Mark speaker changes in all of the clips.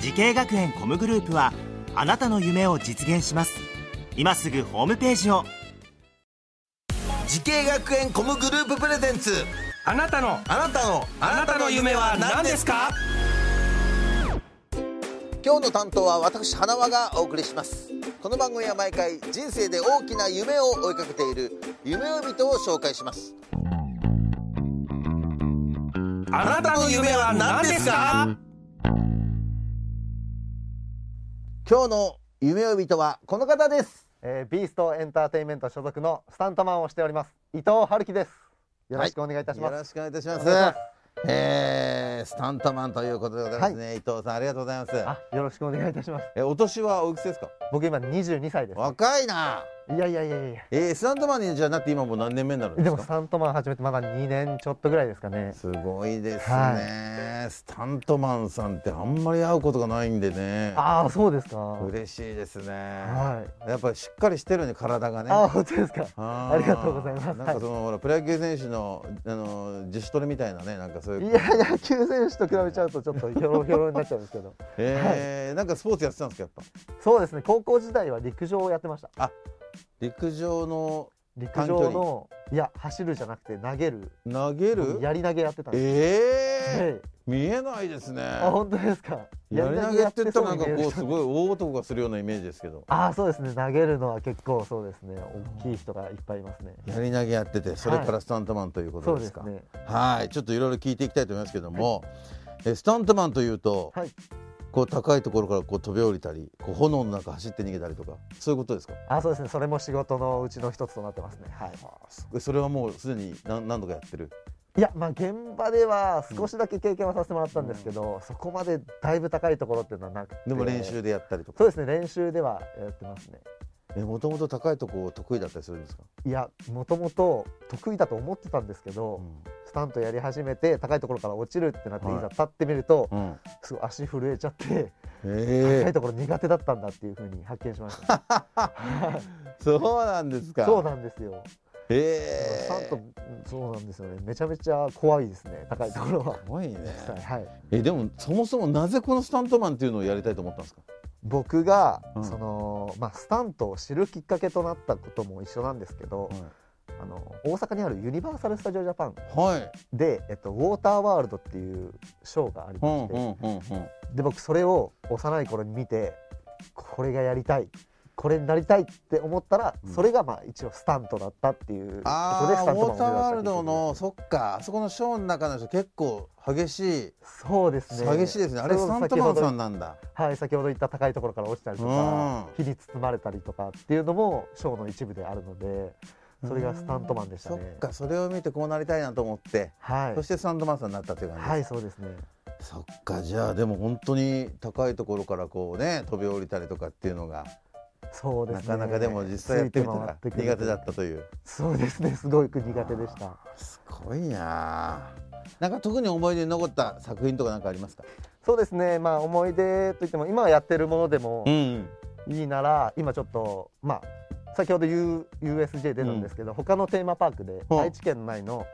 Speaker 1: 時系学園コムグループはあなたの夢を実現します今すぐホームページを
Speaker 2: 時系学園コムグループプレゼンツ
Speaker 3: あなたの
Speaker 2: あなたの
Speaker 3: あなたの夢は何ですか
Speaker 2: 今日の担当は私花輪がお送りしますこの番組は毎回人生で大きな夢を追いかけている夢を人を紹介します
Speaker 3: あなたの夢は何ですか
Speaker 2: 今日の夢を人はこの方です
Speaker 4: えー、ビーストエンターテインメント所属のスタントマンをしております伊藤春樹ですよろしくお願いいたし
Speaker 2: よ
Speaker 4: ます、
Speaker 2: ろしくお願いいたしますえー、スタントマンということでございますね、伊藤さんありがとうございます
Speaker 4: あ、よろしくお願いいたします
Speaker 2: えお年はおいくつですか
Speaker 4: 僕今22歳です
Speaker 2: 若いない
Speaker 4: やいやいやいや
Speaker 2: えー、スタントマンにじゃなって今もう何年目になるんで
Speaker 4: ですも
Speaker 2: か
Speaker 4: スタントマン始めてまだ2年ちょっとぐらいですかね
Speaker 2: すごいですね、
Speaker 4: は
Speaker 2: スタントマンさんってあんまり会うことがないんでね
Speaker 4: ああ、そうですか
Speaker 2: 嬉しいですね、
Speaker 4: は
Speaker 2: やっぱりしっかりしてるね体がね
Speaker 4: ああ、本当ですか
Speaker 2: あー
Speaker 4: ありがとうございます
Speaker 2: なんかその、ほらプロ野球選手のあの自主トレみたいなねなんかそういう
Speaker 4: いや野球選手と比べちゃうとちょっとヒョロヒョロになっちゃうんです けど
Speaker 2: えーなんかスポーツやってたんですかやっ
Speaker 4: そうですね高校時代は陸上をやってました
Speaker 2: ぱ陸上の
Speaker 4: 陸
Speaker 2: 短距離
Speaker 4: 上のいや走るじゃなくて投げる
Speaker 2: 投げる
Speaker 4: やり投げやってたんです
Speaker 2: え
Speaker 4: はい
Speaker 2: ー、見えないですね
Speaker 4: あ本当ですか
Speaker 2: やり投げって言ったらなんかこうす
Speaker 4: い
Speaker 2: ごい大男がするようなイメージですけど
Speaker 4: ああそうですね投げるのは結構そうですね大きい人がいっぱいいますね
Speaker 2: やり投げやっててそれからスタントマンというこ
Speaker 4: そ
Speaker 2: と
Speaker 4: う
Speaker 2: で
Speaker 4: ですす
Speaker 2: か、
Speaker 4: ね
Speaker 2: はい、ちょっといろいろ聞いていきたいと思いますけども、えスタントマンというと、
Speaker 4: はい
Speaker 2: こう高いところからこう飛び降りたり、こう炎の中走って逃げたりとか、そういうことですか。
Speaker 4: あーそうですねそれも仕事のうちの一つとなってますねはい
Speaker 2: えそれはもうすでに何何度かやってる。
Speaker 4: いやまあ現場では少しだけ経験はさせてもらったんですけど、そこまでだいぶ高いところっていうのはなくて
Speaker 2: でも練習でやったりとか。
Speaker 4: そうですね練習ではやってますね
Speaker 2: えもともと高いところ得意だったりするんですか。
Speaker 4: いやもともと得意だと思ってたんですけど、スタントやり始めて高いところから落ちるってなって、
Speaker 2: はい
Speaker 4: い、ざ立ってみると
Speaker 2: うん。うん。
Speaker 4: すごい足震えちゃって
Speaker 2: え
Speaker 4: 高い
Speaker 2: え
Speaker 4: ところ苦手だったんだっていうふうに発見しました、ね、
Speaker 2: そうなんですか。
Speaker 4: そうなんですよ
Speaker 2: ええ
Speaker 4: スタントそうなんですよねめちゃめちゃ怖いですね高いところは
Speaker 2: すごいね。
Speaker 4: はい
Speaker 2: えでもそもそもなぜこのスタントマンっていうのをやりたいと思ったんですか。
Speaker 4: 僕が、
Speaker 2: うん
Speaker 4: そのまあ、スタントを知るきっかけとなったことも一緒なんですけど、あの大阪にあるユニバーサル・スタジオ・ジャパン
Speaker 2: はい。
Speaker 4: で、えっと、ウォーターワールドっていうショーがあり
Speaker 2: う
Speaker 4: ま
Speaker 2: ん
Speaker 4: し
Speaker 2: う
Speaker 4: て、
Speaker 2: んうんうん。
Speaker 4: で僕それを幼い頃に見てこれがやりたいこれになりたいって思ったら、
Speaker 2: うん
Speaker 4: それがまあ一応スタントだったっていうことで
Speaker 2: あ
Speaker 4: ス
Speaker 2: あ
Speaker 4: タ
Speaker 2: ー
Speaker 4: ン
Speaker 2: ウ
Speaker 4: ト
Speaker 2: ォーターワールドの
Speaker 4: そ
Speaker 2: そっかあそこのショーの中の人結構激しい
Speaker 4: そうですね
Speaker 2: 激しいですねあれ
Speaker 4: そ
Speaker 2: スタントマンさんなんだ
Speaker 4: 先ほどはい先ほど言った高いところから落ちたりとか、
Speaker 2: う
Speaker 4: 火に包まれたりとかっていうのもショーの一部であるのでそれがスタントマンでした
Speaker 2: そ
Speaker 4: ね
Speaker 2: っかそれを見てこうなりたいなと思って
Speaker 4: はい
Speaker 2: そしてスタントマンさんになったという感じ
Speaker 4: はいそうですね
Speaker 2: そっかじゃあでも本当に高いところからこうね飛び降りたりとかっていうのが
Speaker 4: そうです
Speaker 2: な
Speaker 4: ね
Speaker 2: かなかでも実際やってみたら
Speaker 4: ついて回ってくる
Speaker 2: 苦手だったという
Speaker 4: そうですねすごく苦手でした
Speaker 2: すごいなあなんか特に思い出に残った作品とかなんかありますか
Speaker 4: そうですねまあ思い出といっても今やってるものでも
Speaker 2: ん
Speaker 4: いいなら今ちょっとまあ先ほど U USJ 出たんですけど、他のテーマパークで
Speaker 2: うん
Speaker 4: 愛知県内の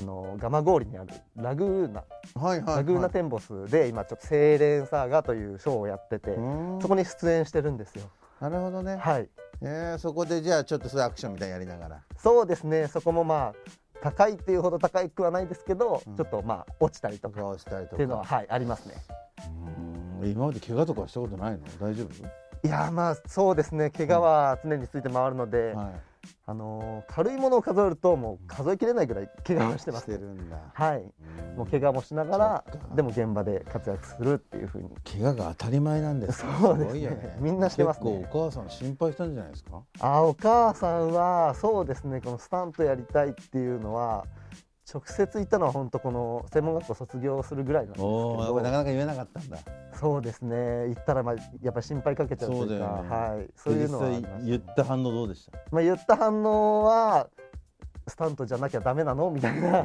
Speaker 4: あの蒲郡にあるラグーナ、
Speaker 2: はいはい
Speaker 4: ラグーナ
Speaker 2: はい
Speaker 4: テンボスで今ちょっと「セイレンサーガ」というショーをやってて、
Speaker 2: うーん
Speaker 4: そこに出演してるんですよ。
Speaker 2: なるほどね
Speaker 4: はい、
Speaker 2: えー、そこでじゃあちょっとそういうアクションみたいなのやりながら
Speaker 4: そうですねそこもまあ高いっていうほど高くはないですけど、
Speaker 2: うん
Speaker 4: ちょっとまあ落ちたりとか
Speaker 2: 顔したりと
Speaker 4: っていうのは
Speaker 2: か
Speaker 4: はいありますね。
Speaker 2: うーん今まで怪我とかしたことないの大丈
Speaker 4: いやーまあそうですね怪我は常について回るので、
Speaker 2: 夫は
Speaker 4: あのー軽いものを数えるともう数えきれないぐらい怪我をして
Speaker 2: い
Speaker 4: ま
Speaker 2: し
Speaker 4: す
Speaker 2: てるんだ
Speaker 4: はいもう怪我もしながら
Speaker 2: そっか
Speaker 4: でも現場で活躍するっていうふうに
Speaker 2: 怪我が当たり前なんですね
Speaker 4: そうですね
Speaker 2: ごいよね
Speaker 4: みんなしてますね
Speaker 2: 結構お母さん心配したんじゃないです か
Speaker 4: あお母さんはそうですねこのスタントやりたいっていうのは直接行ったのは本当この専門学校卒業するぐらいなんですけ
Speaker 2: おおやっぱりな
Speaker 4: ど
Speaker 2: かなか言えなかったんだ
Speaker 4: そうですね行ったら、まあ、やっぱり心配かけちゃうというか
Speaker 2: そうだよね
Speaker 4: はい、そういうのはあり
Speaker 2: 実
Speaker 4: ま
Speaker 2: 際
Speaker 4: し
Speaker 2: 言った
Speaker 4: ね
Speaker 2: た反応どうでした
Speaker 4: まあ、言った反応はスタントじゃなきゃダメなのみたいな、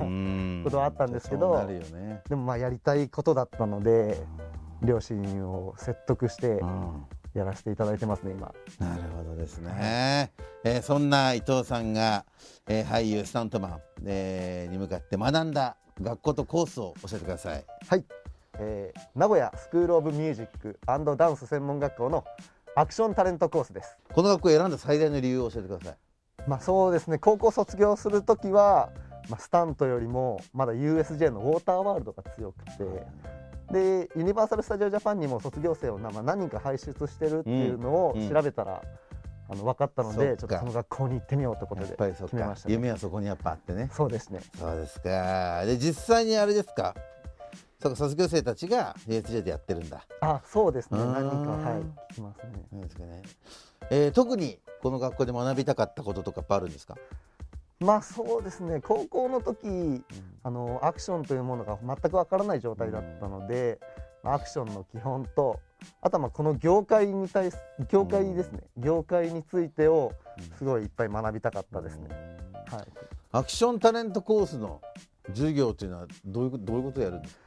Speaker 4: ことはあったんですけど
Speaker 2: そうなるよね
Speaker 4: でもまあやりたいことだったので両親を説得して
Speaker 2: うん
Speaker 4: やらせていただいてますね今
Speaker 2: なるほどですね、えーそんな伊藤さんが、えー俳優スタントマン、えーに向かって学んだ学校とコースを教えてください
Speaker 4: はい、えー名古屋スクール・オブ・ミュージックダンス専門学校のアクションタレントコースです
Speaker 2: この学校を選んだ最大の理由を教えてください
Speaker 4: まあそうですね高校卒業する時は、まあ、スタントよりもまだ USJ のウォーターワールドが強くてでユニバーサル・スタジオ・ジャパンにも卒業生をな、まあ、何人か輩出してるっていうのを
Speaker 2: うんうん
Speaker 4: 調べたら、あの分かったので
Speaker 2: そっか
Speaker 4: ちょっとその学校に行ってみようということ
Speaker 2: やっ
Speaker 4: で
Speaker 2: ぱりそっ
Speaker 4: 決め
Speaker 2: か
Speaker 4: ました、ね、
Speaker 2: 夢はそこにやっぱあってね
Speaker 4: そうですね
Speaker 2: そうですかで実際にあれですかそうか卒業生たちが USJ でやってるんだ
Speaker 4: あそうですね
Speaker 2: うーん
Speaker 4: 何人かはい聞きますね
Speaker 2: そうですかね、えー特にこの学校で学びたかったこととかやっぱあるんですか、
Speaker 4: まあそうですね高校の時あのアクションというものが全くわからない状態だったので、まあアクションの基本とあとはまあこの業界に対す業界ですね、業界についてをすごいいっぱい学びたかったですね、はい、
Speaker 2: アクションタレントコースの授業というのはどういうどういうことをやるんですか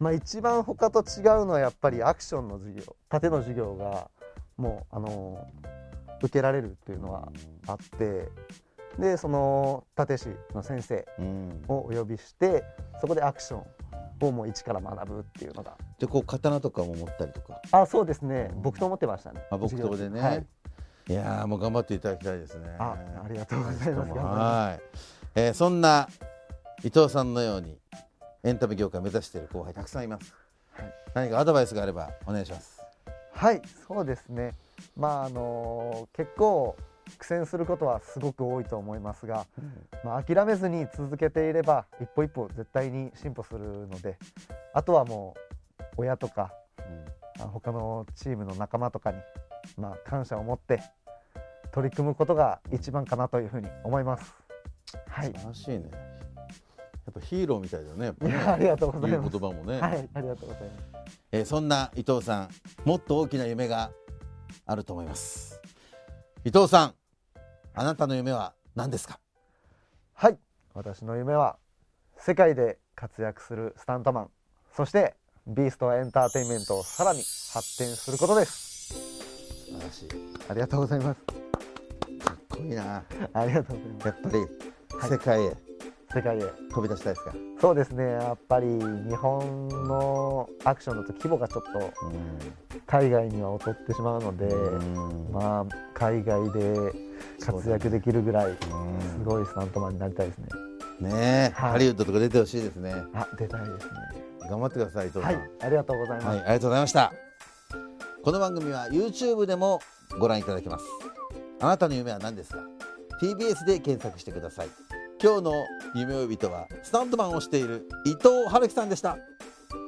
Speaker 4: まあ一番他と違うのはやっぱりアクションの授業縦の授業がもうあの受けられるっていうのはあってでその縦師の先生
Speaker 2: うん
Speaker 4: をお呼びしてそこでアクションをもう一から学ぶっていうのが
Speaker 2: でこう刀とかも持ったりとか、
Speaker 4: あそうですね
Speaker 2: うん
Speaker 4: 僕と思ってましたね
Speaker 2: あ、木刀でね、
Speaker 4: はいい、、
Speaker 2: やーもう頑張っていただきたいですね
Speaker 4: あありがとうございます頑張
Speaker 2: はい、えーそんな伊藤さんのようにエンタメ業界を目指している後輩たくさんいます、何かアドバイスがあればお願いします
Speaker 4: はいそうですねまああのー結構苦戦することはすごく多いと思いますが、まあ、諦めずに続けていれば一歩一歩絶対に進歩するのであとはもう親とかあ他のチームの仲間とかに、まあ、感謝を持って取り組むことが一番かなというふうに思います。はい、
Speaker 2: 楽しいねやっぱヒーローみたいだよねやっぱ
Speaker 4: い
Speaker 2: ね
Speaker 4: やありがとうござい
Speaker 2: 言
Speaker 4: ま
Speaker 2: う
Speaker 4: す。
Speaker 2: 言葉もね、
Speaker 4: はい、ありがとうございます。
Speaker 2: えーそんな伊藤さんもっと大きな夢があると思います伊藤さんあなたの夢は何ですか
Speaker 4: はい、私の夢は世界で活躍するスタントマン、そしてビーストエンターテインメントをさらに発展することです。
Speaker 2: 素晴らしい
Speaker 4: ありがとうございます。
Speaker 2: かっこいいな
Speaker 4: ありがとうございま
Speaker 2: やっぱり世界へ
Speaker 4: す。世界へ。
Speaker 2: 飛び出したいですか、
Speaker 4: そうですね、やっぱり日本のアクションだと規模がちょっと海外には劣ってしまうので、
Speaker 2: うん
Speaker 4: まあ海外で活躍できるぐらいすごいスタントマンになりたいですね。
Speaker 2: ねえ、
Speaker 4: はい
Speaker 2: ハリウッドとか出てほしいですね
Speaker 4: あ、出たいですね。
Speaker 2: 頑張ってください伊藤さ
Speaker 4: は
Speaker 2: ん
Speaker 4: い、ありがとうございます。
Speaker 2: はい、ありがとうございましたこの番組は YouTube でもご覧いただけますあなたの夢は何ですか TBS で検索してください今日の夢追い人はスタントマンをしている伊藤春樹さんでした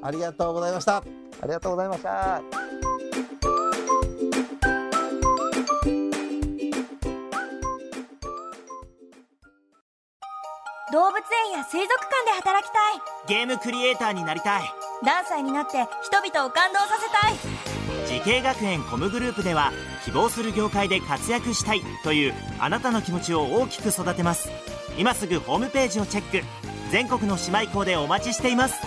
Speaker 2: ありがとうございました
Speaker 4: ありがとうございました。
Speaker 5: 動物園や水族館で働きたい
Speaker 1: ゲームクリエイターになりたい
Speaker 5: 何歳になって人々を感動させたい
Speaker 1: 時系学園コムグループでは希望する業界で活躍したいというあなたの気持ちを大きく育てます今すぐホームページをチェック全国の姉妹校でお待ちしています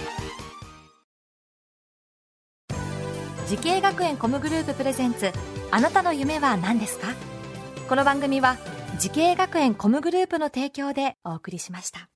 Speaker 6: 時系学園コムグループプレゼンツあなたの夢は何ですかこの番組は時系学園コムグループの提供でお送りしました